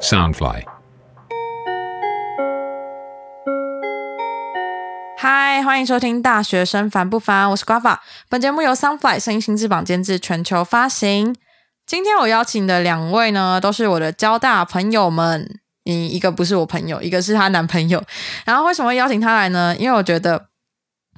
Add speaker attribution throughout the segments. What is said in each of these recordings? Speaker 1: Soundfly.
Speaker 2: 嗨，欢迎收听《大学生烦不烦》，我是瓜法。本节目由 Sunfly 声音新翅膀监制，全球发行。今天我邀请的两位呢，都是我的交大朋友们。嗯，一个不是我朋友，一个是她男朋友。然后为什么会邀请她来呢？因为我觉得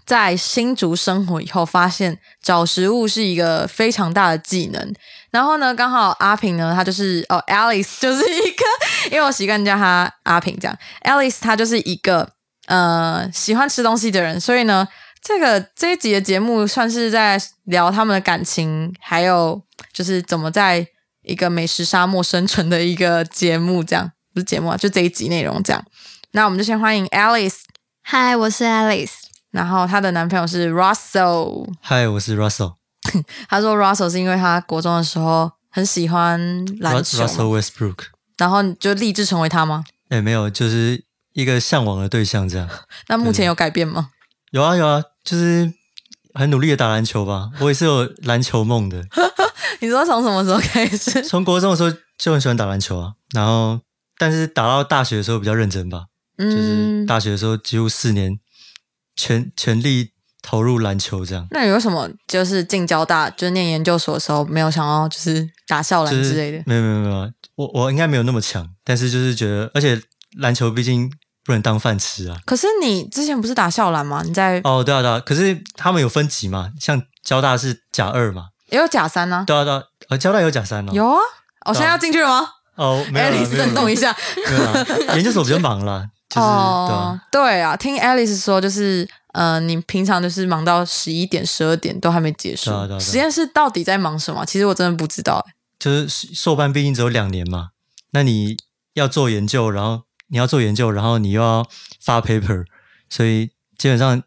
Speaker 2: 在新竹生活以后，发现找食物是一个非常大的技能。然后呢，刚好阿平呢，她就是哦，Alice 就是一个，因为我习惯叫她阿平这样。Alice 她就是一个呃喜欢吃东西的人，所以呢，这个这一集的节目算是在聊他们的感情，还有就是怎么在一个美食沙漠生存的一个节目，这样不是节目啊，就这一集内容这样。那我们就先欢迎 Alice，
Speaker 3: 嗨，我是 Alice。
Speaker 2: 然后她的男朋友是 Russell。
Speaker 4: 嗨，我是 Russell。
Speaker 2: 她说 Russell 是因为她国中的时候很喜欢
Speaker 4: Ru-
Speaker 2: 篮球，
Speaker 4: Russell Westbrook。
Speaker 2: 然后你就立志成为他吗？
Speaker 4: 哎，没有，就是一个向往的对象这样。
Speaker 2: 那目前有改变吗？
Speaker 4: 有啊有啊，就是很努力的打篮球吧。我也是有篮球梦的，
Speaker 2: 你说从什么时候开始？
Speaker 4: 从国中的时候就很喜欢打篮球啊。然后，但是打到大学的时候比较认真吧，就是
Speaker 2: 嗯，
Speaker 4: 大学的时候几乎四年全全力投入篮球这样。
Speaker 2: 那有什么就是进交大，就是念研究所的时候，没有想要就是打校篮
Speaker 4: 就
Speaker 2: 之
Speaker 4: 是
Speaker 2: 类的？
Speaker 4: 没有没有没有，我我应该没有那么强，但是就是觉得，而且篮球毕竟不能当饭吃啊。
Speaker 2: 可是你之前不是打校篮吗？你在、
Speaker 4: 哦，对啊对啊，可是他们有分级嘛，像交大是甲二嘛，
Speaker 2: 也有甲三呢、
Speaker 4: 对啊对啊，呃，交大有甲三哦，
Speaker 2: 有啊，我、现在要进去了吗？
Speaker 4: 哦，没有
Speaker 2: 爱
Speaker 4: 啦
Speaker 2: 丽
Speaker 4: 没
Speaker 2: 丝
Speaker 4: 有
Speaker 2: 震
Speaker 4: 啦
Speaker 2: 动一下。哦
Speaker 4: 没有啦，研究所比较 忙啦，就是、对啊，
Speaker 2: 对啊，听 Alice 说，就是呃，你平常就是忙到十一点、十二点都还没结束。
Speaker 4: 对啊对啊对啊
Speaker 2: 实验室到底在忙什么？其实我真的不知道、欸。
Speaker 4: 就是硕班毕竟只有两年嘛，那你要做研究，然后你要做研究，然后你又要发 paper，所以基本上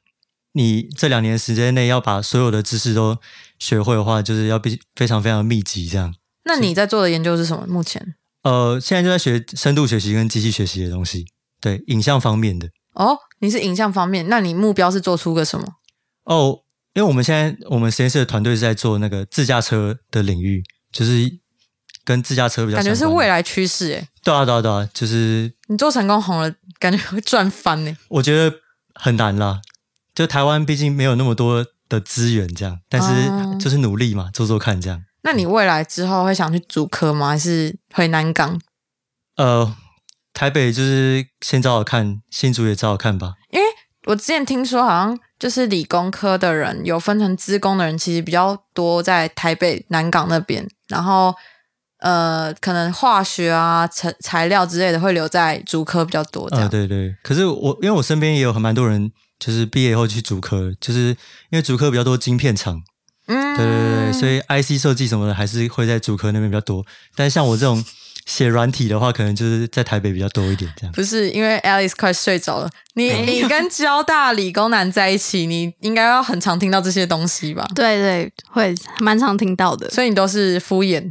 Speaker 4: 你这两年时间内要把所有的知识都学会的话，就是要必非常非常密集这样。
Speaker 2: 那你在做的研究是什么？目前
Speaker 4: 呃，现在就在学深度学习跟机器学习的东西，对影像方面的。
Speaker 2: 哦，你是影像方面，那你目标是做出个什么？
Speaker 4: 哦，因为我们现在我们实验室的团队是在做那个自驾车的领域，就是跟自驾车比较
Speaker 2: 感觉是
Speaker 4: 相关的
Speaker 2: 未来趋势诶、欸
Speaker 4: 对啊对啊对啊，就是
Speaker 2: 你做成功红了，感觉会赚翻呢、
Speaker 4: 我觉得很难啦，就台湾毕竟没有那么多的资源这样，但
Speaker 2: 哦
Speaker 4: 是就是努力嘛，做做看这样。
Speaker 2: 那你未来之后会想去主科吗？还是回南港？
Speaker 4: 呃，台北就是先找找看，新竹也找找看吧。
Speaker 2: 我之前听说，好像就是理工科的人有分成资工的人，其实比较多在台北南港那边，然后呃，可能化学啊、材材料之类的会留在主科比较多这
Speaker 4: 啊、
Speaker 2: 样。
Speaker 4: 对对，可是我因为我身边也有很蛮多人，就是毕业以后去主科，就是因为主科比较多晶片厂，
Speaker 2: 嗯，
Speaker 4: 对对对，所以 IC 设计什么的还是会在主科那边比较多，但是像我这种写软体的话，可能就是在台北比较多一点 这样。
Speaker 2: 不是因为 Alice 快睡着了，你你跟交大理工男在一起，你应该要很常听到这些东西吧？
Speaker 3: 对对，会蛮常听到的，
Speaker 2: 所以你都是敷衍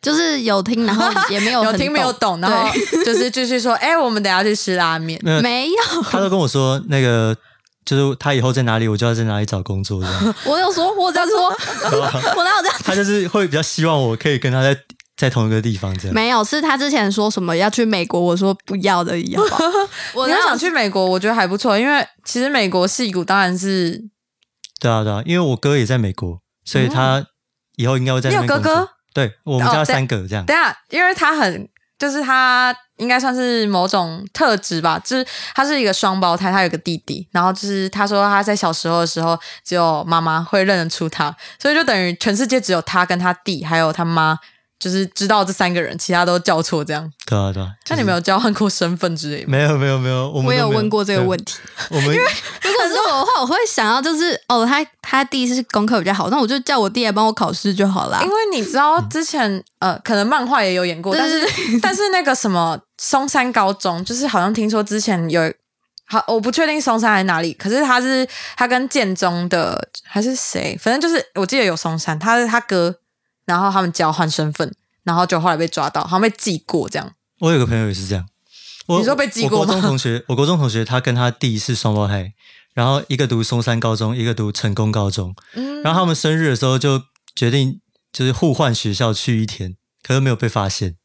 Speaker 3: 就是有听，然后也没有
Speaker 2: 有
Speaker 3: 很
Speaker 2: 听没有懂，嗯然后 就是继续说，哎、我们等一下去吃拉面。
Speaker 4: 那
Speaker 3: 对没有。
Speaker 4: 他都跟我说，那个就是他以后在哪里，我就要在哪里找工作这 样。
Speaker 3: 我有说，我在说，我哪有这样？
Speaker 4: 他就是会比较希望我可以跟他在在同一个地方这样。
Speaker 3: 没有，是他之前说什么要去美国，我说不要的，好不好？ 我
Speaker 2: 你
Speaker 3: 哪
Speaker 2: 要
Speaker 3: 有
Speaker 2: 想去美国，我觉得还不错，因为其实美国戏谷当然是
Speaker 4: 对啊对啊，因为我哥也在美国，所以他以后应该会在那
Speaker 2: 嗯
Speaker 4: 边
Speaker 2: 你有
Speaker 4: 工
Speaker 2: 哥
Speaker 4: 作。
Speaker 2: 哥
Speaker 4: 对我们
Speaker 2: 哦
Speaker 4: 家
Speaker 2: 对
Speaker 4: 三个这样。
Speaker 2: 等一下，因为他很就是他应该算是某种特质吧，就是他是一个双胞胎，他有个弟弟，然后就是他说他在小时候的时候，只有妈妈会认得出他，所以就等于全世界只有他跟他弟还有他妈。就是知道这三个人，其他都叫错这样。
Speaker 4: 对啊对啊，
Speaker 2: 那你
Speaker 4: 就是
Speaker 2: 们有交换过身份之类吗？
Speaker 4: 没有没有没有，我们
Speaker 3: 我
Speaker 4: 都
Speaker 3: 有
Speaker 4: 没
Speaker 3: 问过这个问
Speaker 4: 题。
Speaker 3: 题。
Speaker 4: 我们
Speaker 3: 如果是我的话，我会想要就是哦，他他弟是功课比较好，那我就叫我弟来帮我考试就好啦
Speaker 4: 啊
Speaker 2: 因。为你知道之前
Speaker 4: 嗯
Speaker 2: 呃，可能漫画也有演过，
Speaker 3: 对
Speaker 2: 但是但是那个什么松山高中，就是好像听说之前有好，我不确定松山还是哪里，可是他是他跟建中的还是谁，反正就是我记得有松山，他是他哥，然后他们交换身份，然后就后来被抓到，好像被记过这样。
Speaker 4: 我有个朋友也是这样。我
Speaker 2: 你说被记
Speaker 4: 我
Speaker 2: 过
Speaker 4: 国
Speaker 2: 吗
Speaker 4: 中同学，我国中同学他跟他弟是双胞胎，然后一个读松山高中，一个读成功高中。
Speaker 2: 嗯，
Speaker 4: 然后他们生日的时候就决定就是互换学校去一天，可是没有被发现。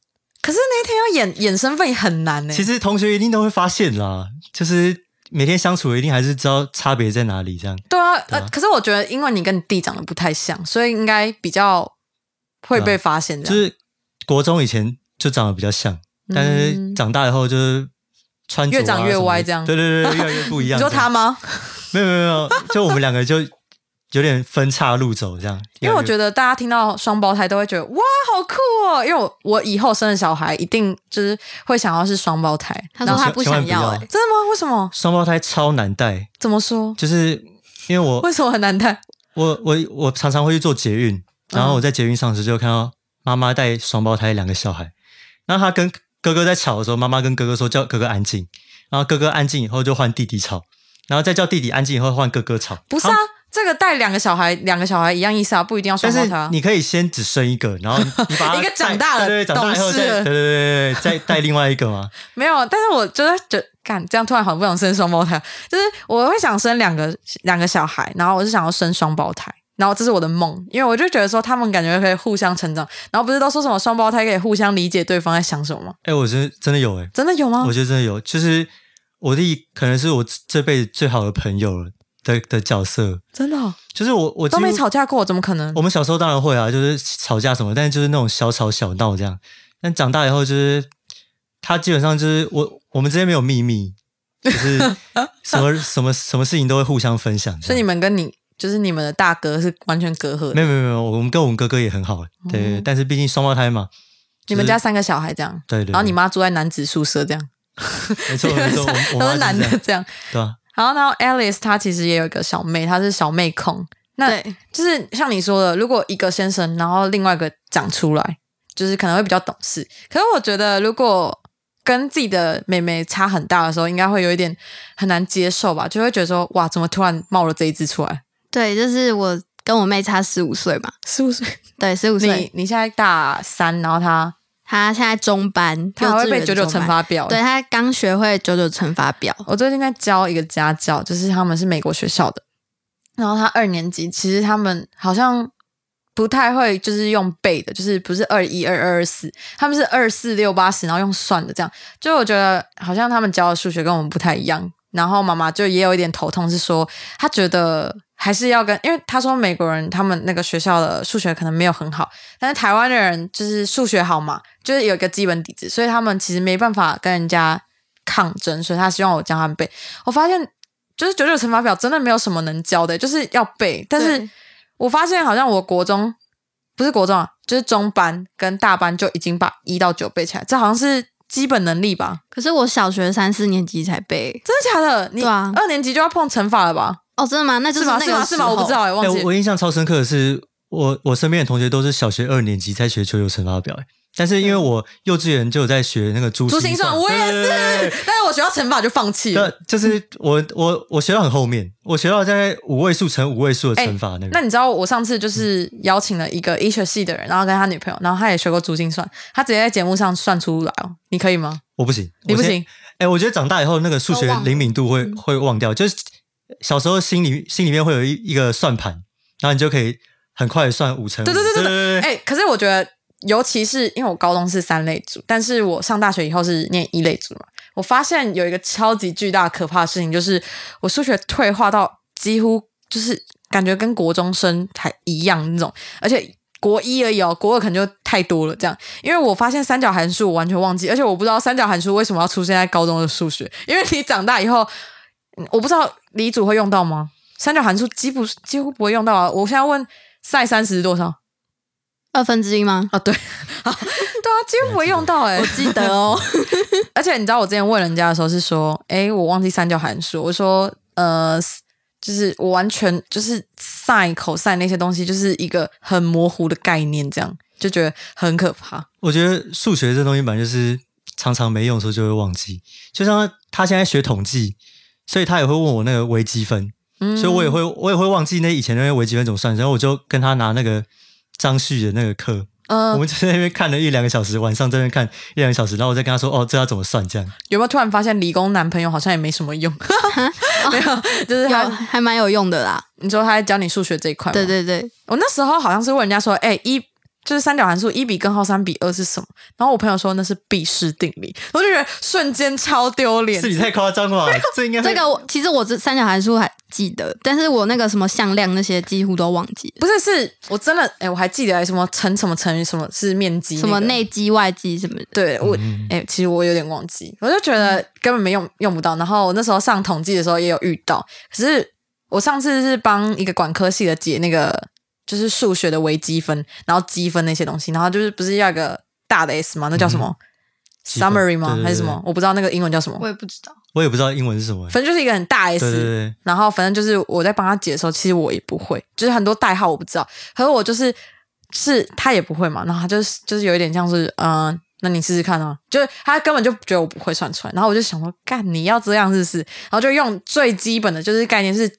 Speaker 2: 可是那天要要演演身份也很难欸呢、
Speaker 4: 其实同学一定都会发现啦，就是每天相处一定还是知道差别在哪里。这样
Speaker 2: 对啊，呃
Speaker 4: 对啊，
Speaker 2: 可是我觉得，因为你跟你弟长得不太像，所以应该比较会被发现这
Speaker 4: 啊就
Speaker 2: 样。
Speaker 4: 是国中以前就长得比较像，但是
Speaker 2: 嗯
Speaker 4: 长大以后就是穿着啊
Speaker 2: 越长越歪
Speaker 4: 什么的
Speaker 2: 这样
Speaker 4: 对对对，越来越不一
Speaker 2: 你
Speaker 4: 样。
Speaker 2: 说他
Speaker 4: 们
Speaker 2: 吗？
Speaker 4: 没有没有没有，就我们两个就有点分岔路走这样。
Speaker 2: 因为我觉
Speaker 4: 得
Speaker 2: 得大家听到双胞胎都会觉得哇，好酷哦！因为我我以后生的小孩一定就是会想要是双胞胎。
Speaker 3: 他说
Speaker 2: 然后
Speaker 3: 他不想
Speaker 4: 千万
Speaker 3: 要、
Speaker 4: 不要
Speaker 3: 欸，
Speaker 2: 真的吗？为什么？
Speaker 4: 双胞胎超难带，
Speaker 2: 怎么说？
Speaker 4: 就是因为我
Speaker 2: 为什么很难带？
Speaker 4: 我我我常常会去做捷运，然
Speaker 2: 嗯
Speaker 4: 后我在捷运上时就看到妈妈带双胞胎两个小孩，然后他跟哥哥在吵的时候，妈妈跟哥哥说叫哥哥安静，然后哥哥安静以后就换弟弟吵，然后再叫弟弟安静以后换哥哥吵。
Speaker 2: 不是啊，这个带两个小孩，两个小孩一样意思啊，不一定要
Speaker 4: 但
Speaker 2: 双胞
Speaker 4: 是
Speaker 2: 胎啊。
Speaker 4: 你可以先只生一个，然后你把它
Speaker 2: 一个
Speaker 4: 带
Speaker 2: 长大了
Speaker 4: 对对，对长大以后
Speaker 2: 懂事
Speaker 4: 再
Speaker 2: 了
Speaker 4: 对对对对对，再 带另外一个嘛。
Speaker 2: 没有，但是我就是觉干这样突然好不想生双胞胎，就是我会想生两个两个小孩，然后我是想要生双胞胎，然后这是我的梦，因为我就觉得说他们感觉可以互相成长，然后不是都说什么双胞胎可以互相理解对方在想什么吗？
Speaker 4: 哎，我真真的有哎，
Speaker 2: 真的有吗
Speaker 4: 我？觉得真的有，就是我弟可能是我这辈子最好的朋友了的的角色，
Speaker 2: 真的哦、
Speaker 4: 就是我我
Speaker 2: 都
Speaker 4: 几
Speaker 2: 没
Speaker 4: 乎
Speaker 2: 吵架过，怎么可能？
Speaker 4: 我们小时候当然会啊，就是吵架什么，但是就是那种小吵小闹这样。但长大以后，就是他基本上就是我我们之间没有秘密，就是 什么什么什么事情都会互相分享这样。
Speaker 2: 所以你们跟你就是你们的大哥是完全隔阂
Speaker 4: 没
Speaker 2: 的，哦
Speaker 4: 有没有没有，我们跟我们哥哥也很好，对。但是毕竟双胞胎嘛，
Speaker 2: 你们家三个小孩这样，
Speaker 4: 对对对
Speaker 2: 然哦后你妈住在男子宿舍这样，
Speaker 4: 没错没 错，我们
Speaker 2: 都
Speaker 4: 我妈
Speaker 2: 是
Speaker 4: 就
Speaker 2: 男
Speaker 4: 这
Speaker 2: 的
Speaker 4: 样，
Speaker 2: 这样。
Speaker 4: 对啊吧、
Speaker 2: 然后，然后 Alice 她其实也有一个小妹，她是小妹控。那
Speaker 3: 对，
Speaker 2: 就是像你说的，如果一个先生，然后另外一个长出来，就是可能会比较懂事。可是我觉得，如果跟自己的妹妹差很大的时候，应该会有一点很难接受吧，就会觉得说，哇，怎么突然冒了这一只出来？
Speaker 3: 对，就是我跟我妹差十五岁嘛，
Speaker 2: 十五岁，
Speaker 3: 对，十五岁，
Speaker 2: 你你现在大三，然后她
Speaker 3: 她现在中班，
Speaker 2: 她还
Speaker 3: 幼
Speaker 2: 会
Speaker 3: 稚
Speaker 2: 被
Speaker 3: 园
Speaker 2: 九九
Speaker 3: 中班
Speaker 2: 乘，法表。
Speaker 3: 对，她刚学会九九乘法表，
Speaker 2: 我最近在教一个家教，就是他们是美国学校的，然后他二年级，其实他们好像不太会，就是用背的，就是不是二一二二二四，他们是二四六八十，然后用算的这样。就我觉得好像他们教的数学跟我们不太一样，然后妈妈就也有一点头痛，是说她觉得。还是要跟，因为她说美国人他们那个学校的数学可能没有很好，但是台湾的人就是数学好嘛，就是有一个基本底子，所以他们其实没办法跟人家抗争，所以他希望我教他们背。我发现就是九九乘法表真的没有什么能教的，就是要背。但是
Speaker 3: 对
Speaker 2: 我发现好像我国中不是国中啊，就是中班跟大班就已经把一到九背起来，这好像是基本能力吧？
Speaker 3: 可是我小学三四年级才背，
Speaker 2: 真的假的？你
Speaker 3: 对啊
Speaker 2: 二年级就要碰乘法了吧？
Speaker 3: 哦，真的吗？那就是那
Speaker 2: 吗？
Speaker 3: 个
Speaker 2: 是吗？是
Speaker 3: 时
Speaker 2: 吗？
Speaker 3: 候
Speaker 2: 我不知道哎、忘
Speaker 4: 哎，
Speaker 2: 记
Speaker 4: 我我印象超深刻的是，我我身边的同学都是小学二年级才学九九乘法表，哎但是因为我幼稚园就有在学那个珠
Speaker 2: 珠
Speaker 4: 心
Speaker 2: 心算，啊我也
Speaker 4: 对对对对对
Speaker 2: 是， 但是我学到乘法就放弃了。
Speaker 4: 对，就是我我我学到很后面，我学到在五位数乘五位数的乘法那个。
Speaker 2: 哎那你知道我上次就是邀请了一个医学系的人，然后跟他女朋友，然后他也学过珠心算，他直接在节目上算出来哦，你可以吗？
Speaker 4: 我不行，
Speaker 2: 你
Speaker 4: 我
Speaker 2: 不
Speaker 4: 现
Speaker 2: 行。
Speaker 4: 哎、我觉得长大以后那个数
Speaker 3: 都
Speaker 4: 学
Speaker 3: 忘了
Speaker 4: 灵敏度会
Speaker 2: 嗯
Speaker 4: 会忘掉，就是小时候心里心里面会有一一个算盘，然后你就可以很快地算五乘五。
Speaker 2: 对对对对
Speaker 4: 对
Speaker 2: 哎、可是我觉得，尤其是因为我高中是三类组，但是我上大学以后是念一类组嘛，我发现有一个超级巨大可怕的事情，就是我数学退化到几乎就是感觉跟国中生还一样那种，而且。国一而已哦，国二可能就太多了这样，因为我发现三角函数我完全忘记，而且我不知道三角函数为什么要出现在高中的数学，因为你长大以后，嗯我不知道理组会用到吗？三角函数几不几乎不会用到啊。我现在问 sin 三十是多少？
Speaker 3: 二分之一吗？
Speaker 2: 啊，对， 好，对啊，几乎不会用到哎、
Speaker 3: 我记得哦，
Speaker 2: 而且你知道我之前问人家的时候是说，哎，我忘记三角函数，我说呃，就是我完全就是 sin、cos 那些东西，就是一个很模糊的概念，这样就觉得很可怕。
Speaker 4: 我觉得数学这东西本来就是常常没用的时候就会忘记，就像他现在学统计，所以他也会问我那个微积分，
Speaker 2: 嗯，
Speaker 4: 所以我也会我也会忘记那以前那些微积分怎么算，然后我就跟他拿那个张旭的那个课，
Speaker 2: 嗯、
Speaker 4: 我们就在那边看了一两个小时，晚上在那边看一两个小时，然后我再跟他说：“哦，这要怎么算？”这样
Speaker 2: 有没有突然发现理工男朋友好像也没什么用？ 没有，就是
Speaker 3: 有
Speaker 2: 他，
Speaker 3: 还蛮有用的啦。
Speaker 2: 你说他在教你数学这一块，
Speaker 3: 对，对对，
Speaker 2: 我那时候好像是问人家说，哎、一就是三角函数一比根号三比二是什么？然后我朋友说那是毕氏定理，我就觉得瞬间超丢脸
Speaker 4: 是。你太夸张了吧，这应该会
Speaker 3: 这个我其实我这三角函数还记得，但是我那个什么向量那些几乎都忘记了，
Speaker 2: 不是，是我真的哎、我还记得哎什么乘什么乘以什么是面积、
Speaker 3: 什么
Speaker 2: 那个
Speaker 3: 内积外积什么的。
Speaker 2: 对我
Speaker 4: 嗯
Speaker 2: 哎、其实我有点忘记，我就觉得根本没用用不到。然后我那时候上统计的时候也有遇到，可是我上次是帮一个管科系的解那个就是数学的微积分，然后积分那些东西，然后就是不是要一个大的 S 吗？那叫什么、
Speaker 4: 嗯积
Speaker 2: s u
Speaker 4: 分
Speaker 2: m m a r y 吗？
Speaker 4: 对对
Speaker 2: 还是什
Speaker 4: 对
Speaker 2: 么？我不知道那个英文叫什么，
Speaker 3: 也不知道，
Speaker 4: 我也不知道英文是什么。
Speaker 2: 反正就是一个很大 S。
Speaker 4: 对对对，
Speaker 2: 然后反正就是哦我在帮他解的时候，其实我也不会，就是很多代号我不知道，可是我就是是他也不会嘛，然后他就是就是有一点像是嗯、呃那你试试看啊，就是他根本就觉得我不会算出来，然后我就想说，干你要这样试试，然后就用最基本的就是概念是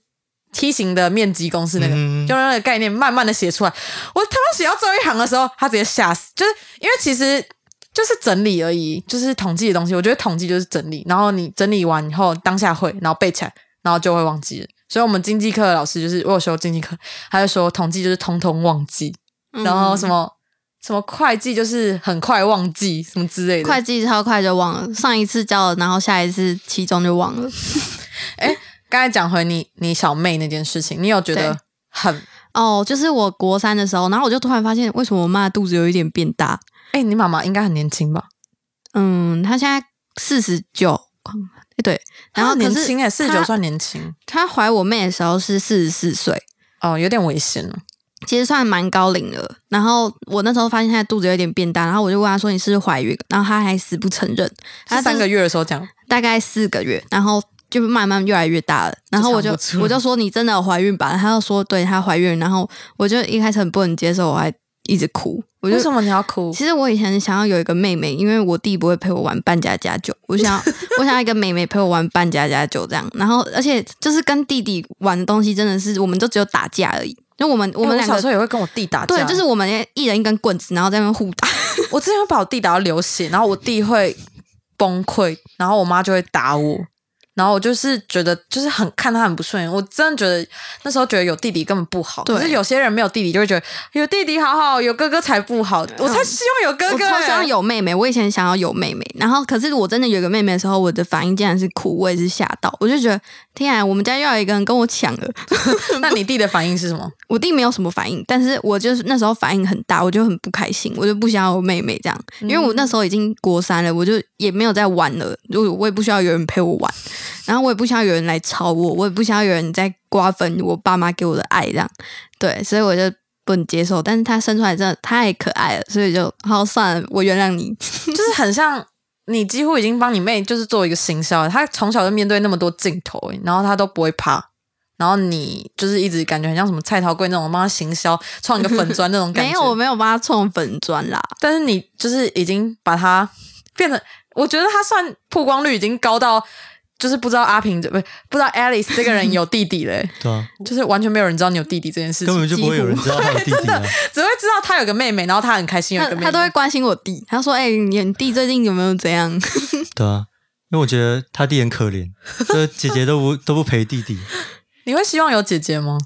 Speaker 2: 梯形的面积公式那个，
Speaker 4: 嗯
Speaker 2: 就用那个概念慢慢的写出来。我他妈写到最后一行的时候，他直接吓死，就是因为其实就是整理而已，就是统计的东西。我觉得统计就是整理，然后你整理完以后当下会，然后背起来，然后就会忘记了。所以我们经济课的老师就是我有时候经济课，他就说统计就是通通忘记，然后什
Speaker 3: 么、
Speaker 2: 么。什么会计就是很快忘记什么之类的，
Speaker 3: 会计超快就忘了，上一次教了，然后下一次期中就忘了。
Speaker 2: 刚才讲回你你小妹那件事情，你有觉得
Speaker 3: 对
Speaker 2: 很
Speaker 3: 哦，就是我国三的时候，然后我就突然发现，为什么我妈的肚子有一点变大？
Speaker 2: 哎、你妈妈应该很年轻吧？
Speaker 3: 嗯，她现在四十九，哦对，然后
Speaker 2: 她年
Speaker 3: 可是
Speaker 2: 轻哎、四十九
Speaker 3: 她
Speaker 2: 算年轻
Speaker 3: 她怀我妹的时候是四十四岁，
Speaker 2: 哦，有点危险了。
Speaker 3: 其实算蛮高龄了。然后我那时候发现她的肚子有点变大，然后我就问她说：“你是不是怀孕？”然后她还死不承认，
Speaker 2: 她
Speaker 3: 她就是
Speaker 2: 三个月的时候讲，
Speaker 3: 大概四个月，然后就慢慢越来越大了。然后我就
Speaker 2: 就藏不住
Speaker 3: 我就说你真的有怀孕吧？她就说对，她怀孕。然后我就一开始很不能接受，我还一直哭。我就
Speaker 2: 为什么你要哭？
Speaker 3: 其实我以前想要有一个妹妹，因为我弟不会陪我玩扮家家酒，我 想要我想要一个妹妹陪我玩扮家家酒这样。然后而且就是跟弟弟玩的东西真的是，我们就只有打架而已。就我们我
Speaker 2: 因为
Speaker 3: 们
Speaker 2: 我
Speaker 3: 两
Speaker 2: 小
Speaker 3: 个
Speaker 2: 时候也会跟我弟打架，
Speaker 3: 对，就是我们一人一根棍子，然后在那 边互打。
Speaker 2: 我之前会把我弟打到流血，然后我弟会崩溃，然后我妈就会打我，然后我就是觉得就是很看他很不顺眼，我真的觉得那时候觉得有弟弟根本不好，
Speaker 3: 对
Speaker 2: 可是有些人没有弟弟就会觉得哎有弟弟好好，有哥哥才不好，我才希望有哥
Speaker 3: 我
Speaker 2: 哥、
Speaker 3: 超想要
Speaker 2: 欸。
Speaker 3: 有妹妹，我以前想要有妹妹，然后可是我真的有一个妹妹的时候，我的反应竟然是哭，我也是吓到，我就觉得天啊，我们家又有一个人跟我抢了。
Speaker 2: 那你弟的反应是什么？
Speaker 3: 我弟没有什么反应，但是我就是那时候反应很大，我就很不开心，我就不想要有妹妹这样，因为
Speaker 2: 嗯
Speaker 3: 我那时候已经国三了，我就也没有在玩了，就我也不需要有人陪我玩，然后我也不想要有人来吵我，我也不想要有人在瓜分我爸妈给我的爱这样，对，所以我就不能接受。但是他生出来真的太可爱了，所以就好算了，我原谅你。
Speaker 2: 就是很像你几乎已经帮你妹就是做一个行销了，她从小就面对那么多镜头，欸然后她都不会怕。然后你就是一直感觉很像什么蔡桃贵那种帮她行销创一个粉砖那种感觉，
Speaker 3: 没有，我没有帮他冲粉砖啦，
Speaker 2: 但是你就是已经把它变得，我觉得他算曝光率已经高到，就是不知道阿平这不是不知道 Alice 这个人有弟弟嘞、
Speaker 4: 对啊，
Speaker 2: 就是完全没有人知道你有弟弟这件事
Speaker 4: 根
Speaker 2: 情，
Speaker 4: 本就不会有人知道他有弟弟 啊。
Speaker 2: 只会知道他有个妹妹，然后他很开心有
Speaker 3: 他
Speaker 2: 一个妹妹，
Speaker 3: 他都会关心我弟，他说：“哎、你你弟最近有没有怎样？”
Speaker 4: 对啊，因为我觉得他弟很可怜，这姐姐都不 都不陪弟弟。
Speaker 2: 你会希望有姐姐吗？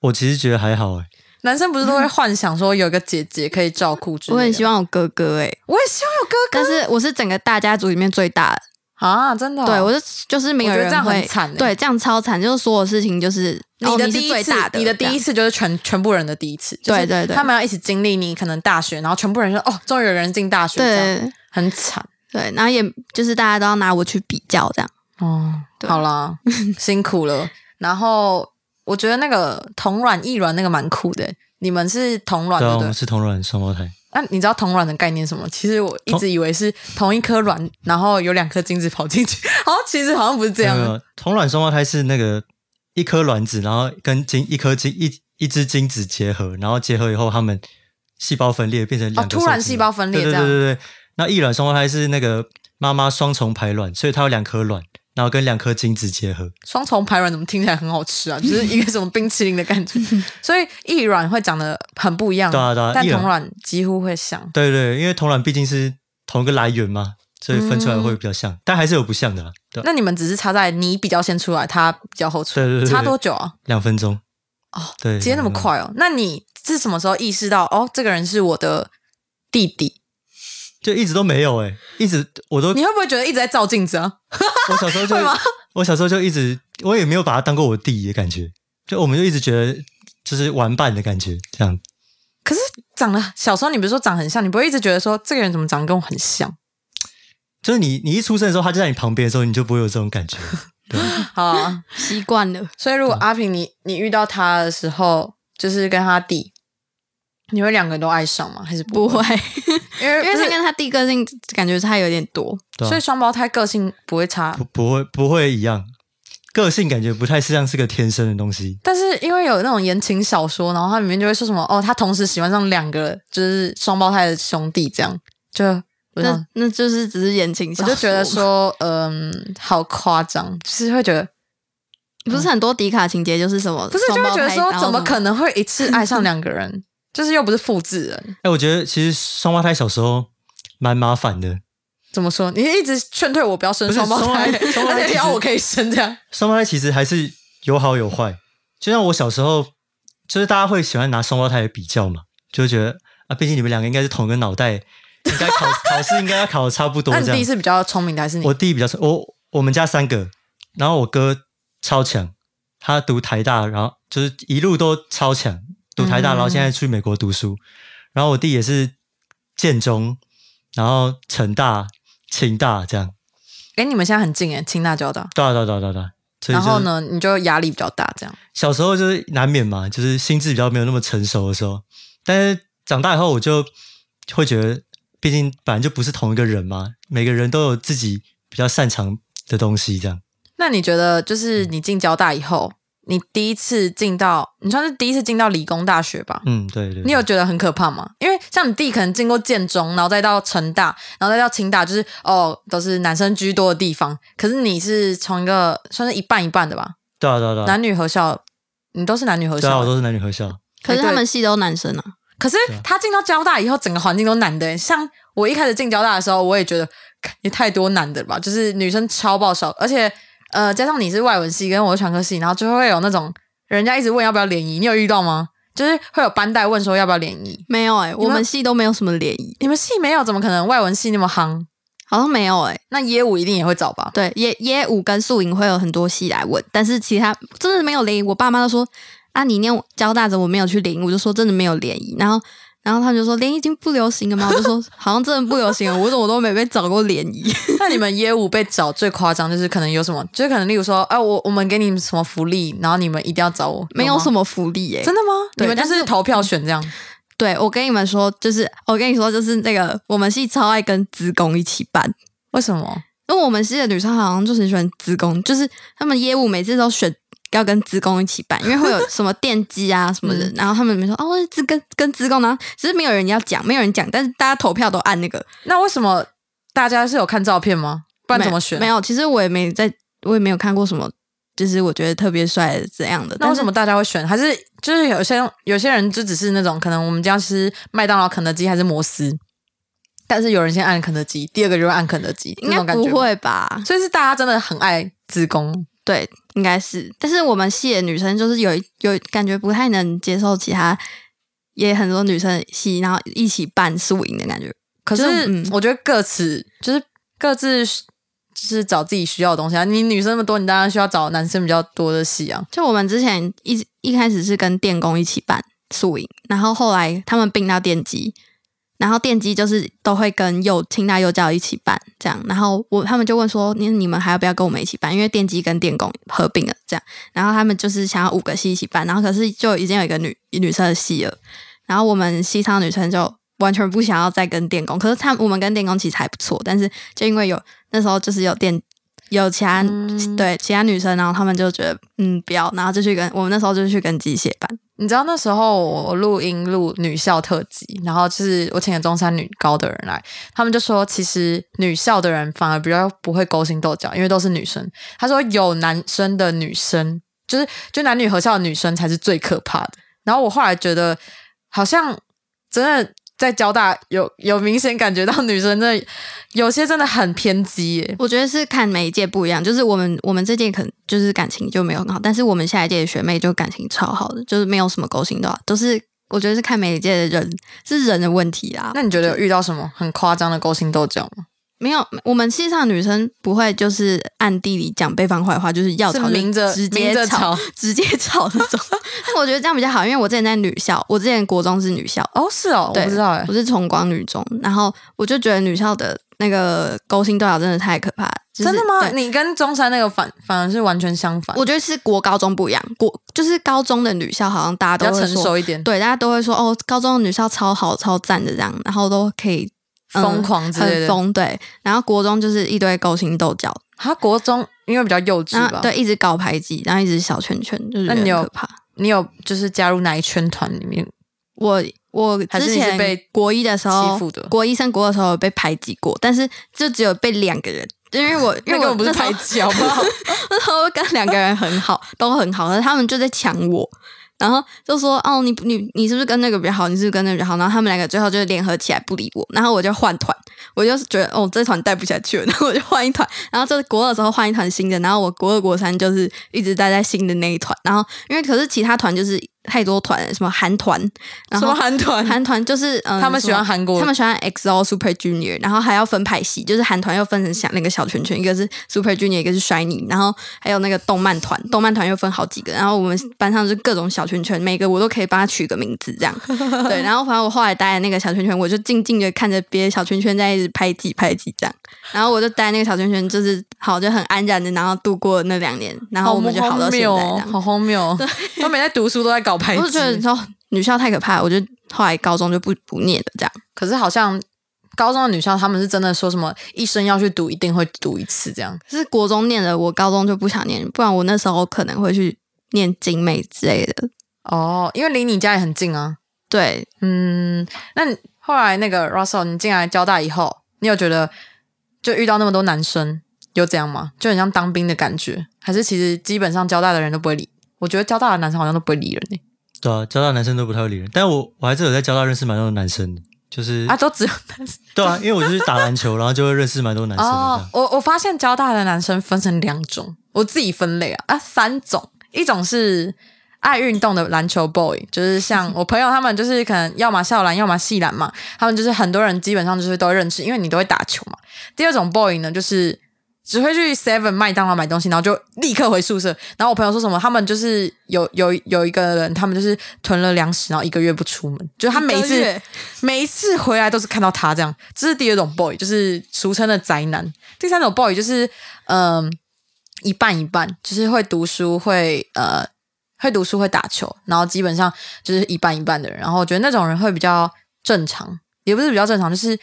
Speaker 4: 我其实觉得还好哎、
Speaker 2: 男生不是都会幻想说有一个姐姐可以照顾之类
Speaker 3: 我
Speaker 2: 的，
Speaker 3: 很希，望有哥哥哎、
Speaker 2: 我也希望有哥
Speaker 3: 但是我是整个大家族里面最大的，
Speaker 2: 哥啊，真的哦、
Speaker 3: 对我是就是没有
Speaker 2: 我觉得
Speaker 3: 人
Speaker 2: 这样
Speaker 3: 会
Speaker 2: 很惨欸
Speaker 3: 对，这样超惨，就是所有事情就是
Speaker 2: 你的
Speaker 3: 哦
Speaker 2: 第
Speaker 3: 是
Speaker 2: 一
Speaker 3: 最
Speaker 2: 次，
Speaker 3: 大的，
Speaker 2: 你的第一
Speaker 3: 次，
Speaker 2: 次就是全全部人的第一次，就是
Speaker 3: 对对对
Speaker 2: 他们要一起经历你可能大学，然后全部人说哦，终于有人进大学，这样
Speaker 3: 对
Speaker 2: 很惨
Speaker 3: 对，然后也就是大家都要拿我去比较这样，
Speaker 2: 哦。
Speaker 3: 对
Speaker 2: 好啦，辛苦了。然后我觉得那个同卵异卵那个蛮酷的，你们是同卵
Speaker 4: 对
Speaker 2: 对
Speaker 4: 啊，我
Speaker 2: 不对
Speaker 4: 们？是同卵双胞胎，
Speaker 2: 那、你知道同卵的概念是什么？其实我一直以为是同一颗卵，然后有两颗精子跑进去， 好像其实好像不是这样啊
Speaker 4: 没有
Speaker 2: 的。
Speaker 4: 没有同卵双胞胎是那个一颗卵子，然后跟精一颗精一一只精子结合，然后结合以后，它们细胞分裂变成两个
Speaker 2: 哦突然
Speaker 4: 受精
Speaker 2: 细胞分裂
Speaker 4: 对对
Speaker 2: 这样
Speaker 4: 对对对。那异卵双胞胎是那个妈妈双重排卵，所以它有两颗卵，然后跟两颗精子结合。
Speaker 2: 双重排卵怎么听起来很好吃 啊？就是一个什么冰淇淋的感觉。所以异卵会长得很不一样，
Speaker 4: 对啊对啊
Speaker 2: 但
Speaker 4: 异卵
Speaker 2: 同卵几乎会像。
Speaker 4: 对对，因为同卵毕竟是同一个来源嘛，所以分出来会比较
Speaker 2: 嗯
Speaker 4: 像，但还是有不像的啦。对，
Speaker 2: 那你们只是差在你比较先出来，他比较后出来，
Speaker 4: 对对对对
Speaker 2: 差多久啊？
Speaker 4: 两分钟，
Speaker 2: 哦，
Speaker 4: 对，
Speaker 2: 直接那么
Speaker 4: 嗯
Speaker 2: 快哦？那你是什么时候意识到哦，这个人是我的弟弟？
Speaker 4: 就一直都没有哎、一直我都
Speaker 2: 你会不会觉得一直在照镜子啊？
Speaker 4: 我小时候就
Speaker 2: 会吗
Speaker 4: 我小时候就一直我也没有把他当过我弟的感觉，就我们就一直觉得就是玩伴的感觉这样。
Speaker 2: 可是长得小时候，你不是说长很像，你不会一直觉得说这个人怎么长得跟我很像
Speaker 4: 就是你你一出生的时候，他就在你旁边的时候，你就不会有这 种感觉。对，
Speaker 2: 啊？
Speaker 3: 习惯了。
Speaker 2: 所以如果阿平你你遇到他的时候，就是跟他弟，你会两个人都爱上吗？还是不
Speaker 3: 不会
Speaker 2: 会？，因为
Speaker 3: 因为
Speaker 2: 不
Speaker 3: 他
Speaker 2: 是
Speaker 3: 跟他弟个性感觉差有点多，
Speaker 4: 对啊
Speaker 2: 所以双胞胎个性不会差
Speaker 4: 不，不会不会一样，个性感觉不太像是个天生的东西。
Speaker 2: 但是因为有那种言情小说，然后它里面就会说什么哦，他同时喜欢上两个就是双胞胎的兄弟，这样就我就
Speaker 3: 那那就是只是言情小
Speaker 2: 嗯我
Speaker 3: 说
Speaker 2: 就觉得说，嗯，好夸张，就是会觉得
Speaker 3: 不是很多迪卡情节就是什么，
Speaker 2: 嗯不是就会觉得
Speaker 3: 双
Speaker 2: 说
Speaker 3: 胞胎
Speaker 2: 怎么可？
Speaker 3: 然后
Speaker 2: 能会一次爱上两个人，就是又不是复制人，
Speaker 4: 哎、我觉得其实双胞胎小时候蛮麻烦的。
Speaker 2: 怎么说？你一直劝退我不要生
Speaker 4: 不是
Speaker 2: 双胞胎，
Speaker 4: 双胞胎双胞
Speaker 2: 而
Speaker 4: 胎
Speaker 2: 且
Speaker 4: 其实
Speaker 2: 要我可以生这样，
Speaker 4: 双胞胎其实还是有好有坏。就像我小时候，就是大家会喜欢拿双胞胎来比较嘛，就会觉得啊，毕竟你们两个应该是同一个脑袋，应该考考试应该要考的差 不多
Speaker 2: 啊那你
Speaker 4: 这
Speaker 2: 弟
Speaker 4: 样。
Speaker 2: 是比较聪明的还是你？
Speaker 4: 我弟比较聪我我们家三个，然后我哥超强，他读台大，然后就是一路都超强，读台大，
Speaker 2: 嗯
Speaker 4: 然后现在去美国读书。然后我弟也是建中，然后成大、清大这样，
Speaker 2: 哎、你们现在很近哎，清大交大，
Speaker 4: 对啊对啊对啊对啊对啊。所以
Speaker 2: 然
Speaker 4: 就是
Speaker 2: 后呢，你就压力比较大，这样
Speaker 4: 小时候就是难免嘛，就是心智比较没有那么成熟的时候。但是长大以后，我就会觉得，毕竟本来就不是同一个人嘛，每个人都有自己比较擅长的东西，这样。
Speaker 2: 那你觉得，就是你进交大以后，你第一次进到，你算是第一次进到理工大学吧？
Speaker 4: 嗯，对对对
Speaker 2: 你有觉得很可怕吗？因为像你弟可能经过建中，然后再到成大，然后再到清大，就是哦，都是男生居多的地方。可是你是从一个算是一半一半的吧，
Speaker 4: 对啊对啊对啊，
Speaker 2: 男女合校，你都是男女合
Speaker 4: 对啊，
Speaker 2: 校
Speaker 4: 我
Speaker 2: 的。
Speaker 4: 都是男女合校。
Speaker 3: 可
Speaker 2: 哎
Speaker 3: 是他们系都男生啊，
Speaker 2: 可是
Speaker 4: 对啊
Speaker 2: 他进到交大以后，整个环境都男的耶。像我一开始进交大的时候，我也觉得看也太多男的了吧，就是女生超爆少，而且呃，加上你是外文系跟我是传科系，然后就会有那种人家一直问要不要联谊，你有遇到吗？就是会有班代问说要不要联谊。
Speaker 3: 没有哎，
Speaker 2: 们
Speaker 3: 我们系都没有什么联谊，
Speaker 2: 你们系没有，怎么可能外文系那么夯？
Speaker 3: 好像没有哎。
Speaker 2: 那业务一定也会找 吧？
Speaker 3: 对，也也舞跟宿营会有很多戏来问，但是其他真的没有联谊。我爸妈都说啊，你念交大着我没有去联谊，我就说真的没有联谊。然后然后他们就说联谊已经不流行了吗？我就说好像真的不流行了，我怎么都没被找过联谊。
Speaker 2: 那你们业务被找最夸张，就是可能有什么，就是可能例如说，哎、我我们给你们什么福利，然后你们一定要找我，
Speaker 3: 没有
Speaker 2: 吗
Speaker 3: 什么福利耶、
Speaker 2: 真的吗？
Speaker 3: 对
Speaker 2: 你们就
Speaker 3: 但是嗯
Speaker 2: 是投票选这样，
Speaker 3: 对我跟你们说，就是我跟你说，就是那个我们系超爱跟职工一起办，
Speaker 2: 为什么？
Speaker 3: 因为我们系的女生好像就是很喜欢职工，就是他们业务每次都选要跟职工一起办，因为会有什么电机啊什么
Speaker 2: 嗯
Speaker 3: 的，然后他们每说哦，我是职跟跟职工，然后只是没有人要讲，没有人讲，但是大家投票都按那个，
Speaker 2: 那为什么大家是有看照片吗？不然怎么选？
Speaker 3: 没有，其实我也没在，我也没有看过什么，就是我觉得特别帅的这样的，
Speaker 2: 那
Speaker 3: 但
Speaker 2: 为
Speaker 3: 是
Speaker 2: 什么大家会选？还是就是有些有些人就只是那种可能我们家吃麦当劳、肯德基还是摩斯，但是有人先按肯德基，第二个就会按肯德基，这
Speaker 3: 应该
Speaker 2: 种感觉
Speaker 3: 不
Speaker 2: 吗，
Speaker 3: 会吧？
Speaker 2: 所以是大家真的很爱自工。
Speaker 3: 对，应该是，但是我们系的女生就是有一有感觉不太能接受其他。也很多女生系，然后一起办宿营的感觉，
Speaker 2: 可是
Speaker 3: 就是嗯
Speaker 2: 我觉得各自就是各自就是找自己需要的东西啊。你女生那么多，你当然需要找男生比较多的戏啊。
Speaker 3: 就我们之前一直一开始是跟电工一起办宿营，然后后来他们并到电机，然后电机就是都会跟幼清大幼教一起办这样，然后我他们就问说，你你们还要不要跟我们一起办？因为电机跟电工合并了这样，然后他们就是想要五个系一起办，然后可是就已经有一个女女生的系了，然后我们西昌的女生就。完全不想要再跟电工，可是他我们跟电工其实还不错，但是就因为有那时候就是有电有其他、
Speaker 2: 嗯
Speaker 3: 对其他女生，然后他们就觉得嗯不要，然后就去跟我们那时候就去跟机械班，
Speaker 2: 你知道那时候我录音录女校特辑，然后就是我请了中山女高的人来，他们就说其实女校的人反而比较不会勾心斗角，因为都是女生。他说有男生的女生，就是就男女合校的女生才是最可怕的。然后我后来觉得好像真的。在交大有有明显感觉到女生真的有些真的很偏激耶。
Speaker 3: 我觉得是看每一届不一样，就是我们我们这届可能就是感情就没有很好，但是我们下一届的学妹就感情超好的，就是没有什么勾心斗角，都是我觉得是看每一届的人是人的问题啦。
Speaker 2: 那你觉得有遇到什么很夸张的勾心斗角吗？
Speaker 3: 没有，我们系上女生不会就是暗地里讲对方坏话，就是要
Speaker 2: 是
Speaker 3: 吵就
Speaker 2: 明着
Speaker 3: 直
Speaker 2: 明
Speaker 3: 接
Speaker 2: 着
Speaker 3: 吵
Speaker 2: 吵，
Speaker 3: 直接吵那种。但我觉得这样比较好，因为我之前在女校，我之前国中是女校，
Speaker 2: 哦，是哦，我
Speaker 3: 对
Speaker 2: 不知道哎
Speaker 3: 我。是崇光女中，然后我就觉得女校的那个勾心斗角真的太可怕了，就是
Speaker 2: 真的吗？
Speaker 3: 对
Speaker 2: 你跟中山那个反反而是完全相反，
Speaker 3: 我觉得是国高中不一样，国就是高中的女校好像大
Speaker 2: 比
Speaker 3: 家
Speaker 2: 较
Speaker 3: 都会
Speaker 2: 成
Speaker 3: 说，
Speaker 2: 熟一点，
Speaker 3: 对，大家都会说哦，高中的女校超好超赞的这样，然后都可以、嗯
Speaker 2: 疯狂之类
Speaker 3: 很
Speaker 2: 的。
Speaker 3: 疯对，然后国中就是一堆勾心斗角，
Speaker 2: 他国中因为比较幼稚
Speaker 3: 然
Speaker 2: 吧
Speaker 3: 后，嗯对，一直搞排挤，然后一直小圈圈，就是
Speaker 2: 那你
Speaker 3: 觉得很
Speaker 2: 有
Speaker 3: 可怕。
Speaker 2: 你有就是加入哪一圈团里面？
Speaker 3: 我我
Speaker 2: 还是
Speaker 3: 之
Speaker 2: 你是
Speaker 3: 前
Speaker 2: 被
Speaker 3: 国一的时候
Speaker 2: 欺负的
Speaker 3: 国一升国二的时候有被排挤过，但是就只有被两个人，因 为我因
Speaker 2: 那
Speaker 3: 为
Speaker 2: 根
Speaker 3: 我
Speaker 2: 本不是
Speaker 3: 那时候
Speaker 2: 排挤好不好？
Speaker 3: 那时候跟两个人很好，都很好，但他们就在抢我，然后就说：“哦，你你你是不是跟那个比较好？你是不是跟那个比较好？”然后他们两个最后就联合起来不理我，然后我就换团，我就是觉得哦这团带不下去了，然后我就换一团，然后就是国二的时候换一团新的，然后我国二国三就是一直待在新的那一团，然后因为可是其他团就是太多团了，什么韩团， 然
Speaker 2: 什
Speaker 3: 后
Speaker 2: 么韩团？
Speaker 3: 韩团就是嗯，
Speaker 2: 他们喜欢韩国
Speaker 3: 他们喜欢 XO Super Junior，然后还要分派系，就是韩团又分成像那个小圈圈，一个是 Super Junior，一个是 Shiny，然后还有那个动漫团，动漫团又分好几个，然后我们班上就各种小圈圈，每个我都可以帮他取个名字这 样，对，然后反正我后来待在那个小圈圈，我就静静的看着别的小圈圈在一直拍挤拍挤这样，然后我就待在那个小圈圈，就是好就很安然的，然后度过那两年，然后我们就好
Speaker 2: 荒
Speaker 3: 到现在
Speaker 2: 谬
Speaker 3: 这
Speaker 2: 哦
Speaker 3: 样，。
Speaker 2: 好荒谬哦！他每在读书都在搞排
Speaker 3: 我就
Speaker 2: 挤
Speaker 3: 觉，得说女校太可怕了，我就后来高中就不不念了这样。
Speaker 2: 可是好像高中的女校，她们是真的说什么一生要去读，一定会读一次这样。
Speaker 3: 是国中念的，我高中就不想念，不然我那时候可能会去念景美之类的。
Speaker 2: 哦，因为离你家也很近啊。
Speaker 3: 对，
Speaker 2: 嗯，那你后来那个 Russell，你进来交大以后，你有觉得就遇到那么多男生，有这样吗？就很像当兵的感觉，还是其实基本上交大的人都不会理？我觉得交大的男生好像都不会理人欸呢、
Speaker 4: 对啊，交大男生都不太会理人，但我我还是有在交大认识蛮多男生的，就是、
Speaker 2: 啊，都只有男生。
Speaker 4: 对啊，因为我就是打篮球，然后就会认识蛮多男生的这样。
Speaker 2: 哦，我我发现交大的男生分成两种，我自己分类啊啊三种，一种是爱运动的篮球 boy，就是 像我朋友他们，就是可能要么校篮，要么系篮嘛，他们就是很多人基本上就是都认识，因为你都会打球嘛。第二种 boy 呢，就是只会去 Seven 麦当劳买东西，然后就立刻回宿舍。然后我朋友说什么，他们就是有有有一个人，他们就是囤了粮食，然后一个月不出门，就是他每一
Speaker 3: 一个
Speaker 2: 次
Speaker 3: 月
Speaker 2: 每一次回来都是看到他这样。这是第二种 boy，就是俗称的宅男。第三种 boy 就是嗯、一半一半，就是会读书，会呃会读书，会打球，然后基本上就是一半一半的人。然后我觉得那种人会比较正常，也不是比较正常，就是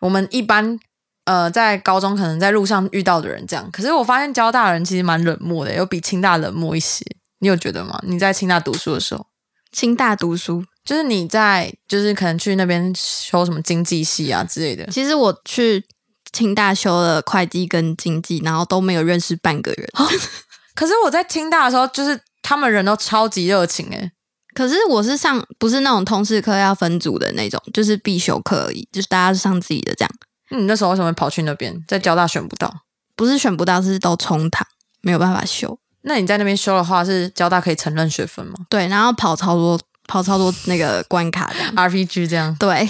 Speaker 2: 我们一般呃在高中可能在路上遇到的人这样。可是我发现交大人其实蛮冷漠的，有比清大冷漠一些。你有觉得吗？你在清大读书的时候，
Speaker 3: 清大读书，
Speaker 2: 就是你在就是可能去那边修什么经济系啊之类的，
Speaker 3: 其实我去清大修了会计跟经济，然后都没有认识半个人。
Speaker 2: 可是我在清大的时候，就是他们人都超级热情欸诶、
Speaker 3: 可是我是上不是那种通识课要分组的那种，就是必修课而已，就是大家上自己的这样，
Speaker 2: 那你嗯那时候为什么会跑去那边？在交大选不到？
Speaker 3: 不是选不到，是都冲堂，没有办法修。
Speaker 2: 那你在那边修的话，是交大可以承认学分吗
Speaker 3: 对，然后跑超多跑超多那个关卡这样。
Speaker 4: 嗯
Speaker 2: ？RPG 这样。
Speaker 3: 对，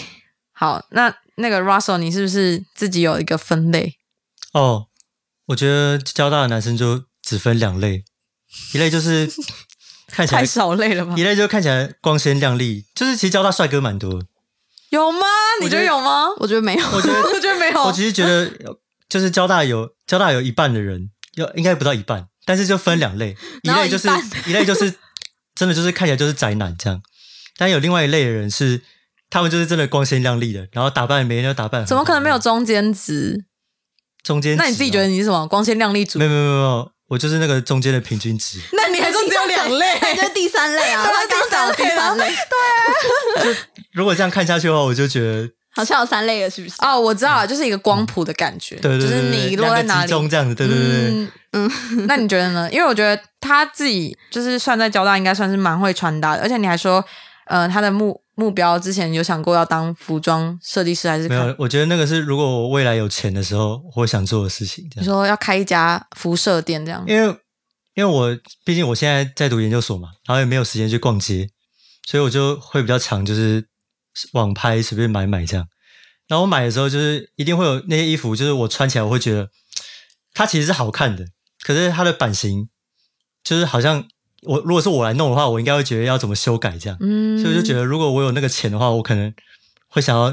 Speaker 2: 好，那那个 Russell，你是不是自己有一个分类？
Speaker 4: 哦，我觉得交大的男生就只分两类，一类就是 看起来
Speaker 2: 太，少类了吧
Speaker 4: 一？类就看起来光鲜亮丽，就是其实交大帅哥蛮多的。
Speaker 2: 有吗？你
Speaker 4: 我
Speaker 2: 觉
Speaker 4: 觉
Speaker 2: 得
Speaker 4: 得
Speaker 2: 有吗？
Speaker 3: 我觉得没有。
Speaker 4: 我觉得，
Speaker 2: 我觉得没哦有。
Speaker 4: 我其实觉得，就是交大有交大有一半的人，要应该不到一半，但是就分两 类，一
Speaker 3: 哪有
Speaker 4: 类就是
Speaker 3: 一半
Speaker 4: 一类就是真的就是看起来就是宅男这样，但有另外一类的人是。他们就是真的光鲜亮丽的，然后打扮每天都打扮很好，
Speaker 2: 怎么可能没有中间值？
Speaker 4: 中间值啊？
Speaker 2: 那你自己觉得你是什么光鲜亮丽主
Speaker 4: 没？有没有没有没有，我就是那个中间的平均值。
Speaker 2: 那你还说只有两类？
Speaker 3: 那就是第三类啊，
Speaker 2: 对啊
Speaker 3: 他刚讲了
Speaker 2: 第
Speaker 3: 第
Speaker 2: 三
Speaker 3: 三
Speaker 2: 类
Speaker 3: 类，
Speaker 4: 如果这样看下去的话，我就觉得
Speaker 3: 好像有三类了，是不是？
Speaker 2: 哦，我知道了，就是一个光谱的感觉，
Speaker 4: 嗯对对对，
Speaker 2: 就是
Speaker 4: 对
Speaker 2: 你
Speaker 4: 对
Speaker 2: 落在
Speaker 4: 两个
Speaker 2: 哪
Speaker 4: 集
Speaker 2: 里，
Speaker 4: 中这样子，对对对对，
Speaker 2: 嗯 嗯，那你觉得呢？因为我觉得他自己就是算在交大，应该算是蛮会穿搭的，而且你还说，呃，他的目目标之前有想过要当服装设计师，还是
Speaker 4: 没
Speaker 2: 开
Speaker 4: 有，我觉得那个是如果我未来有钱的时候，我会想做的事情。这
Speaker 2: 你
Speaker 4: 样，
Speaker 2: 说要开一家服设店这样？
Speaker 4: 因为因为我毕竟我现在在读研究所嘛，然后也没有时间去逛街，所以我就会比较常就是网拍随便买买这样。然后我买的时候，就是一定会有那些衣服，就是我穿起来我会觉得它其实是好看的，可是它的版型就是好像我如果是我来弄的话，我应该会觉得要怎么修改这样。
Speaker 2: 嗯，
Speaker 4: 所以我就觉
Speaker 2: 得，
Speaker 4: 得，如果我有那个钱的话，我可能会想要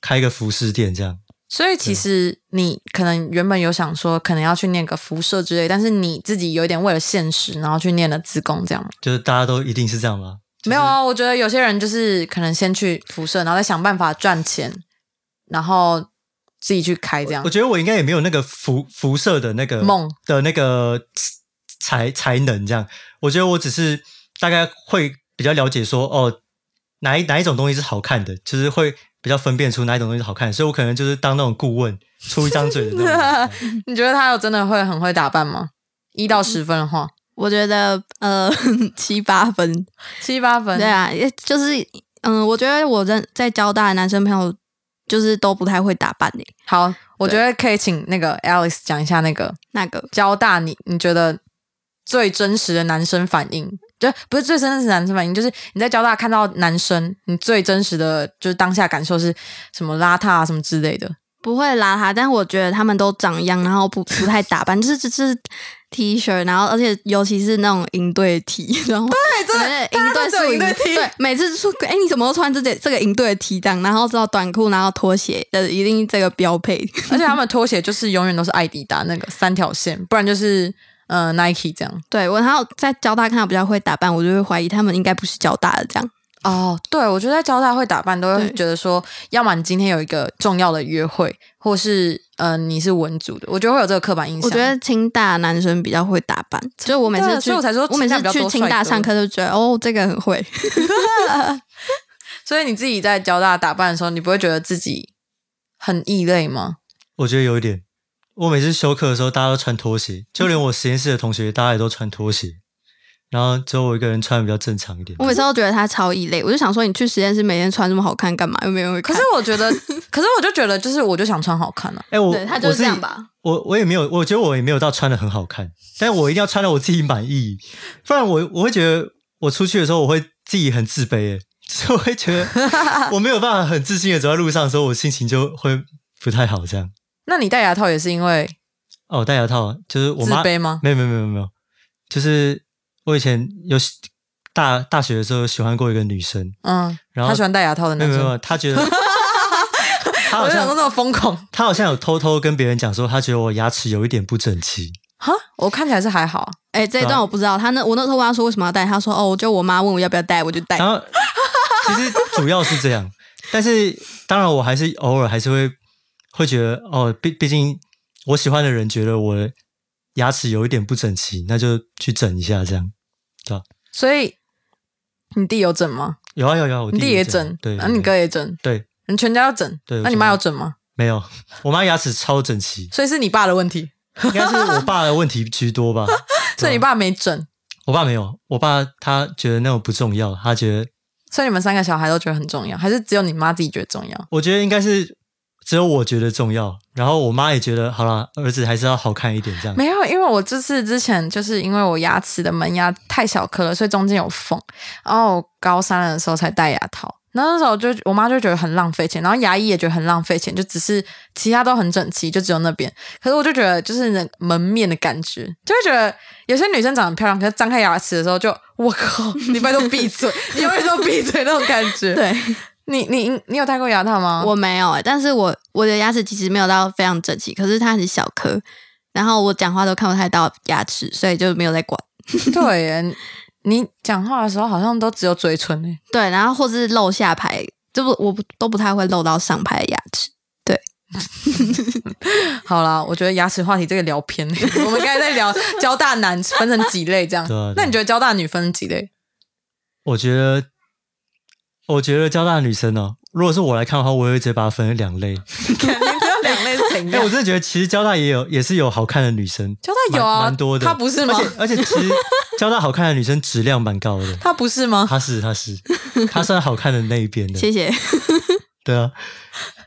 Speaker 4: 开一个服饰店这样。
Speaker 2: 所以其实你可能原本有想说，可能要去念个辐射之类，但是你自己有一点为了现实，然后去念了自工这样吗。
Speaker 4: 就是大家都一定是这样吗？
Speaker 2: 没有啊，我觉得有些人就是可能先去辐射，然后再想办法赚钱，然后自己去开这样
Speaker 4: 我。觉得我应该也没有那个辐辐射的那个
Speaker 2: 梦
Speaker 4: 的那个才才能这样。我觉得我只是大概会比较了解说，哦，哪一哪一种东西是好看的，就是会比较分辨出哪一种东西是好看的，所以我可能就是当那种顾问，出一张嘴的那种人。 这样
Speaker 2: 你觉得嗯他有真的会很会打扮吗？一到十分的话，
Speaker 3: 我觉得呃七八分，
Speaker 2: 七八分。
Speaker 3: 对啊，也就是嗯、我觉得我在在交大的男生朋友就是都不太会打扮欸诶、
Speaker 2: 好，我觉得可以请那个 Alice 讲一下那个
Speaker 3: 那个
Speaker 2: 交大你，你觉得最真实的男生反应，就不是最真实的男生反应，就是你在交大看到男生，你最真实的就是当下感受是什么邋遢啊什么之类的。
Speaker 3: 不会邋遢，但我觉得他们都长一样，然后不不太打扮，就是只是 T 恤，然后而且尤其是那种营队 T，然后 对，
Speaker 2: 真的
Speaker 3: 营队
Speaker 2: 大家都只有
Speaker 3: 宿
Speaker 2: 营队 T
Speaker 3: 对，每次说哎、你怎么都穿这件这个营队的 T 这样，然后知道短裤，然后拖鞋，呃，一定这个标配，
Speaker 2: 而且他们拖鞋就是永远都是艾迪达那个三条线，不然就是呃 Nike 这样。
Speaker 3: 对我，然后在交大看到比较会打扮，我就会怀疑他们应该不是交大的这样。
Speaker 2: 哦，对，我觉得在交大会打扮都会
Speaker 3: 对
Speaker 2: 觉得说，要么你今天有一个重要的约会，或是呃你是文组的，我觉得会有这个刻板印象。
Speaker 3: 我觉得清大男生比较会打扮，就是我每
Speaker 2: 真
Speaker 3: 次
Speaker 2: 的
Speaker 3: 去，
Speaker 2: 啊所以我才说
Speaker 3: 我每
Speaker 2: 清大
Speaker 3: 次
Speaker 2: 比较
Speaker 3: 去
Speaker 2: 多
Speaker 3: 清大
Speaker 2: 帅哥
Speaker 3: 上课就觉得哦，这个很会。
Speaker 2: 所以你自己在交大打扮的时候，你不会觉得自己很异类吗？
Speaker 4: 我觉得有一点，我每次休课的时候，大家都穿拖鞋，就连我实验室的同学，大家也都穿拖鞋，然后只有我一个人穿得比较正常一点
Speaker 3: 我。每次都觉得他超异类，我就想说，你去实验室每天穿这么好看干嘛？又没有人会
Speaker 2: 可
Speaker 3: 看。
Speaker 2: 是我觉得，可是我就觉得，就是我就想穿好看啊。
Speaker 4: 哎、我
Speaker 3: 对他就是这样。
Speaker 4: 我自己
Speaker 3: 吧。
Speaker 4: 我我也没有，我觉得我也没有到穿的很好看，但我一定要穿的我自己满意，不然我我会觉得我出去的时候我会自己很自卑， 哎，就是我会觉 得我没有办法很自信的走在路上的时候，我心情就会不太好这样。
Speaker 2: 那你戴牙套也是因为
Speaker 4: 哦，戴牙套就是我
Speaker 2: 自
Speaker 4: 妈
Speaker 2: 卑吗？
Speaker 4: 没有没有没有没有，就是我以前有喜大大学的时候喜欢过一个女生，
Speaker 2: 嗯，
Speaker 4: 然后
Speaker 2: 他喜欢戴牙套的
Speaker 4: 没
Speaker 2: 男
Speaker 4: 有没有没
Speaker 2: 生，
Speaker 4: 有，她 觉得她
Speaker 2: 我
Speaker 4: 好
Speaker 2: 就想说
Speaker 4: 像
Speaker 2: 那么疯狂
Speaker 4: 她好像有偷偷跟别人讲说，她觉得我牙齿有一点不整齐。
Speaker 2: 哈，我看起来是还好啊，
Speaker 3: 哎、这一段我不知道。他那我那时候问他说为什么要戴，他说哦，就我妈问我要不要戴，我就戴
Speaker 4: 然。后其实主要是这样，但是当然我还是偶尔还是会会觉得哦，毕毕竟我喜欢的人觉得我的牙齿有一点不整齐，那就去整一下这样。
Speaker 2: 所以你弟有整吗？
Speaker 4: 有啊有啊有啊，我
Speaker 2: 你弟
Speaker 4: 也
Speaker 2: 也
Speaker 4: 整
Speaker 2: 整，，
Speaker 4: 对，
Speaker 2: 那你
Speaker 4: 对
Speaker 2: 哥也整，
Speaker 4: 对
Speaker 2: 你全家要整，
Speaker 4: 对
Speaker 2: 那你
Speaker 4: 我
Speaker 2: 妈
Speaker 4: 全家
Speaker 2: 有整吗？
Speaker 4: 没有，我妈牙齿超整齐，
Speaker 2: 所以是你爸的问题，
Speaker 4: 应该是我爸的问题居多吧。啊
Speaker 2: 所以你爸没整，
Speaker 4: 我爸没有，我爸他觉得那种不重要，他觉得
Speaker 2: 所以你们三个小孩都觉得很重要，还是只有你妈自己觉得重要？
Speaker 4: 我觉得应该是只有我觉得重要，然后我妈也觉得好啦，儿子还是要好看一点这样。
Speaker 2: 没有，因为我就是之前就是因为我牙齿的门牙太小颗了，所以中间有缝。然后我高三的时候才戴牙套，然后那时候就我妈就觉得很浪费钱，然后牙医也觉得很浪费钱，就只是其他都很整齐，就只有那边。可是我就觉得就是那门面的感觉，就会觉得有些女生长得漂亮，可是张开牙齿的时候就我靠，你拜托闭嘴，你永远都闭嘴那种感觉。，
Speaker 3: 对，
Speaker 2: 你你你有戴过牙套吗？
Speaker 3: 我没有、哎，但是我我的牙齿其实没有到非常整齐，可是它很小颗，然后我讲话都看不太到牙齿，所以就没有在管。
Speaker 2: 对耶，你讲话 的时候好像都只有嘴唇诶。
Speaker 3: 对，然后或是露下排，就不我不都不太会露到上排的牙齿。
Speaker 2: 好啦，我觉得牙齿话题这个聊偏 了，我们刚才在聊交大男分成几类这样
Speaker 4: 对啊对啊。
Speaker 2: 那你觉得交大女分成几类？
Speaker 4: 我觉得，我觉得交大的女生哦，如果是我来看的话，我也会直接把它分为两类。
Speaker 2: 肯定只有两类是怎
Speaker 4: 哎、我
Speaker 2: 样？
Speaker 4: 真的觉得其实交大也有，也是有好看的女生，
Speaker 2: 交大有
Speaker 4: 蛮
Speaker 2: 啊
Speaker 4: 蛮多的。
Speaker 2: 她不是吗
Speaker 4: 而且而且其实交大好看的女生质量蛮高的，
Speaker 2: 他不是吗？
Speaker 4: 她是 她是她算好看的那一边的，
Speaker 3: 谢 谢。
Speaker 4: 对啊，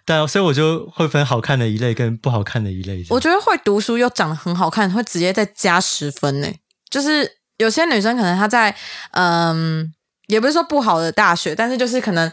Speaker 4: 对啊，所以我就会分好看的一类跟不好看的一类这样。
Speaker 2: 我觉得会读书又长得很好看，会直接再加十分呢、就是有些女生可能她在嗯，也不是说不好的大学，但是就是可能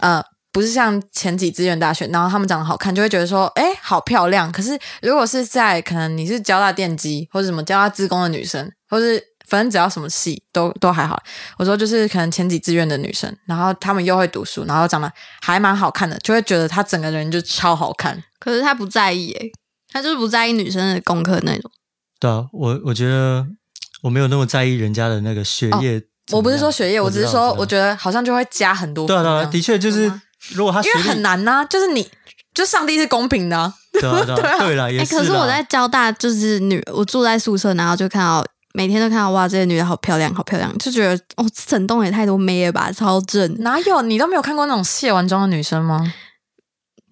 Speaker 2: 呃，不是像前几志愿大学，然后她们长得好看，就会觉得说哎、好漂亮。可是如果是在可能你是交大电机或者什么交大资工的女生，或是反正只要什么系都都还好。我说就是可能前几志愿的女生，然后她们又会读书，然后长得还蛮好看的，就会觉得她整个人就超好看。
Speaker 3: 可是他不在意、欸，他就是不在意女生的功课那种。
Speaker 4: 对啊，我我觉得我没有那么在意人家的那个学业怎么样、
Speaker 2: 哦我不是说学业，我
Speaker 4: 我
Speaker 2: 只是说，我
Speaker 4: 得
Speaker 2: 觉得好像就会加很多
Speaker 4: 对
Speaker 2: 分
Speaker 4: 啊
Speaker 2: 这
Speaker 4: 对
Speaker 2: 样。
Speaker 4: 啊，的确就是
Speaker 3: 吗，
Speaker 4: 如果他学
Speaker 2: 因为
Speaker 4: 历
Speaker 2: 很难呐、就是你，就上帝是公平的、啊，
Speaker 4: 对 啊对啊对啦，也
Speaker 3: 哎、可是
Speaker 4: 啦
Speaker 3: 我在交大就是女，我住在宿舍，然后就看到每天都看到哇，这些女的好漂亮，好漂亮，就觉得哦，这整栋也太多妹了吧，超正。
Speaker 2: 哪有你都没有看过那种卸完妆的女生吗？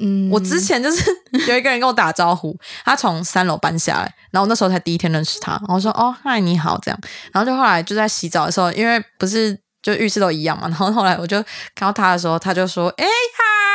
Speaker 3: 嗯，
Speaker 2: 我之前就是 有一个人跟我打招呼，他从三楼搬下来，然后我那时候才第一天认识他，然后我说哦嗨你好这样，然后就后来就在洗澡的时候，因为不是就浴室都一样嘛，然后后来我就看到他的时候，他就说哎、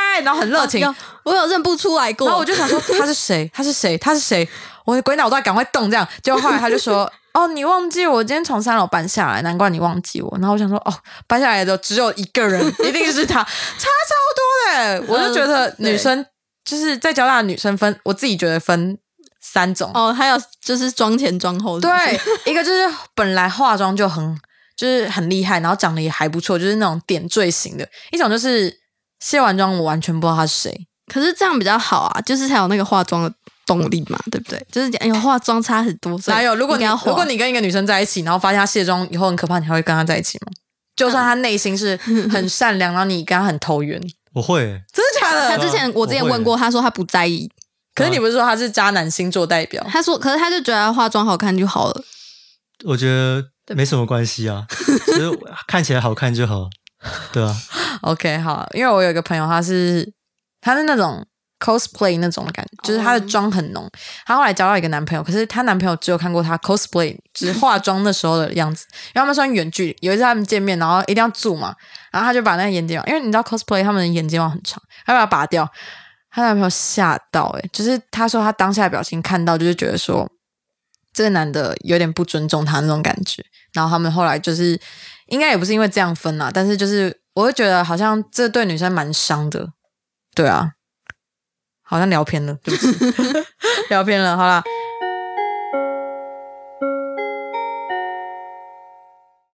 Speaker 2: 嗨，然后很热情，
Speaker 3: 哦有我有认不出来过，
Speaker 2: 然后我就想说他是 谁？他是谁？他是谁？我的鬼脑袋赶快动这样。结果后来他就 说：“哦，你忘记我今天从三楼搬下来，难怪你忘记我。”然后我想说：“哦，搬下来的只有一个 人，一定是他，差超多的。”我就觉得
Speaker 3: 嗯对
Speaker 2: 女生、就是在交大的女生分，我自己觉得分三种。
Speaker 3: 哦，还有就是妆前妆后是不是，
Speaker 2: 对，一个就是本来化妆就很就是很厉害，然后长得也还不错，就是那种点缀型的；一种就是卸完妆我完全不知道他是谁。
Speaker 3: 可是这样比较好啊，就是才有那个化妆的动力嘛，对不对？就是讲哎呦，化妆差很多，所以
Speaker 2: 哪有？如果
Speaker 3: 应
Speaker 2: 你
Speaker 3: 该要化
Speaker 2: 如果你跟一个女生在一起，然后发现她卸妆以后很可怕，你还会跟她在一 起吗？就算她内心是很善良，然后你跟她很投缘，真
Speaker 4: 我会欸
Speaker 2: 的假
Speaker 3: 他
Speaker 2: 的？
Speaker 3: 之前我之前问过，他说他不在意，
Speaker 2: 可是你不是说她是渣男星座代表？
Speaker 3: 他说可是他就觉得化妆好看就好了。
Speaker 4: 我觉得没什么关系啊，只是看起来好看就好，对啊，
Speaker 2: OK，好，因为我有一个朋友，他是他是那种 cosplay 那种的感觉，就是他的妆很浓。她后来交到一个男朋友，可是她男朋友只有看过她 cosplay，只是化妆那时候的样子。因为他们算远距离，有一次他们见面，然后一定要住嘛，然后他就把那个眼睫毛，因为你知道 cosplay 他们的眼睫毛很长，他把它拔掉。她男朋友吓到、欸，就是他说他当下的表情看到，就是觉得说这个男的有点不尊重她那种感觉。然后他们后来就是，应该也不是因为这样分啦，但是就是我会觉得好像这对女生蛮伤的，对啊，好像聊偏了，对不起，聊偏了，好啦，